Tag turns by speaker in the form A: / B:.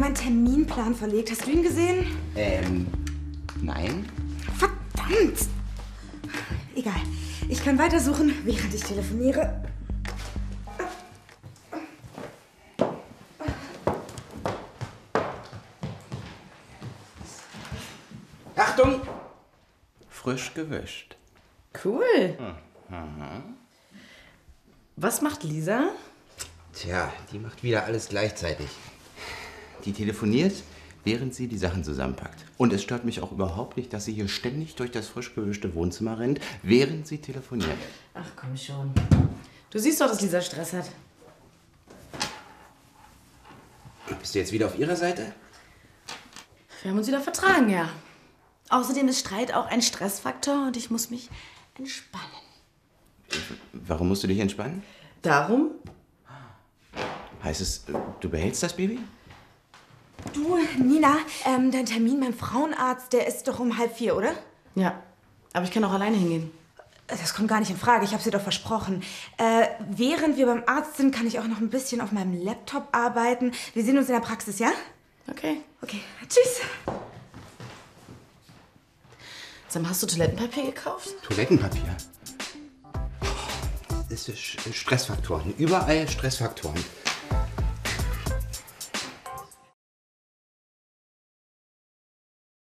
A: meinen Terminplan verlegt. Hast du ihn gesehen?
B: Ähm, nein.
A: Verdammt! Egal. Ich kann weitersuchen, während ich telefoniere.
B: Achtung! Frisch gewischt.
C: Cool. Mhm. Was macht Lisa?
B: Tja, die macht wieder alles gleichzeitig. Die telefoniert, während sie die Sachen zusammenpackt. Und es stört mich auch überhaupt nicht, dass sie hier ständig durch das frisch gewischte Wohnzimmer rennt, während sie telefoniert.
C: Ach komm schon. Du siehst doch, dass Lisa Stress hat.
B: Bist du jetzt wieder auf ihrer Seite?
C: Wir haben uns wieder vertragen, ja. Außerdem ist Streit auch ein Stressfaktor und ich muss mich entspannen.
B: Warum musst du dich entspannen?
C: Darum?
B: Heißt es, äh, du behältst das Baby?
A: Du, Nina, ähm, dein Termin beim Frauenarzt, der ist doch um halb vier, oder?
C: Ja. Aber ich kann auch alleine hingehen.
A: Äh, Das kommt gar nicht in Frage, ich hab's dir doch versprochen. Äh, während wir beim Arzt sind, kann ich auch noch ein bisschen auf meinem Laptop arbeiten. Wir sehen uns in der Praxis, ja?
C: Okay.
A: Okay, tschüss.
C: Sam, hast du Toilettenpapier gekauft?
B: Toilettenpapier. Oh, Das ist Sch- Stressfaktoren. Überall Stressfaktoren.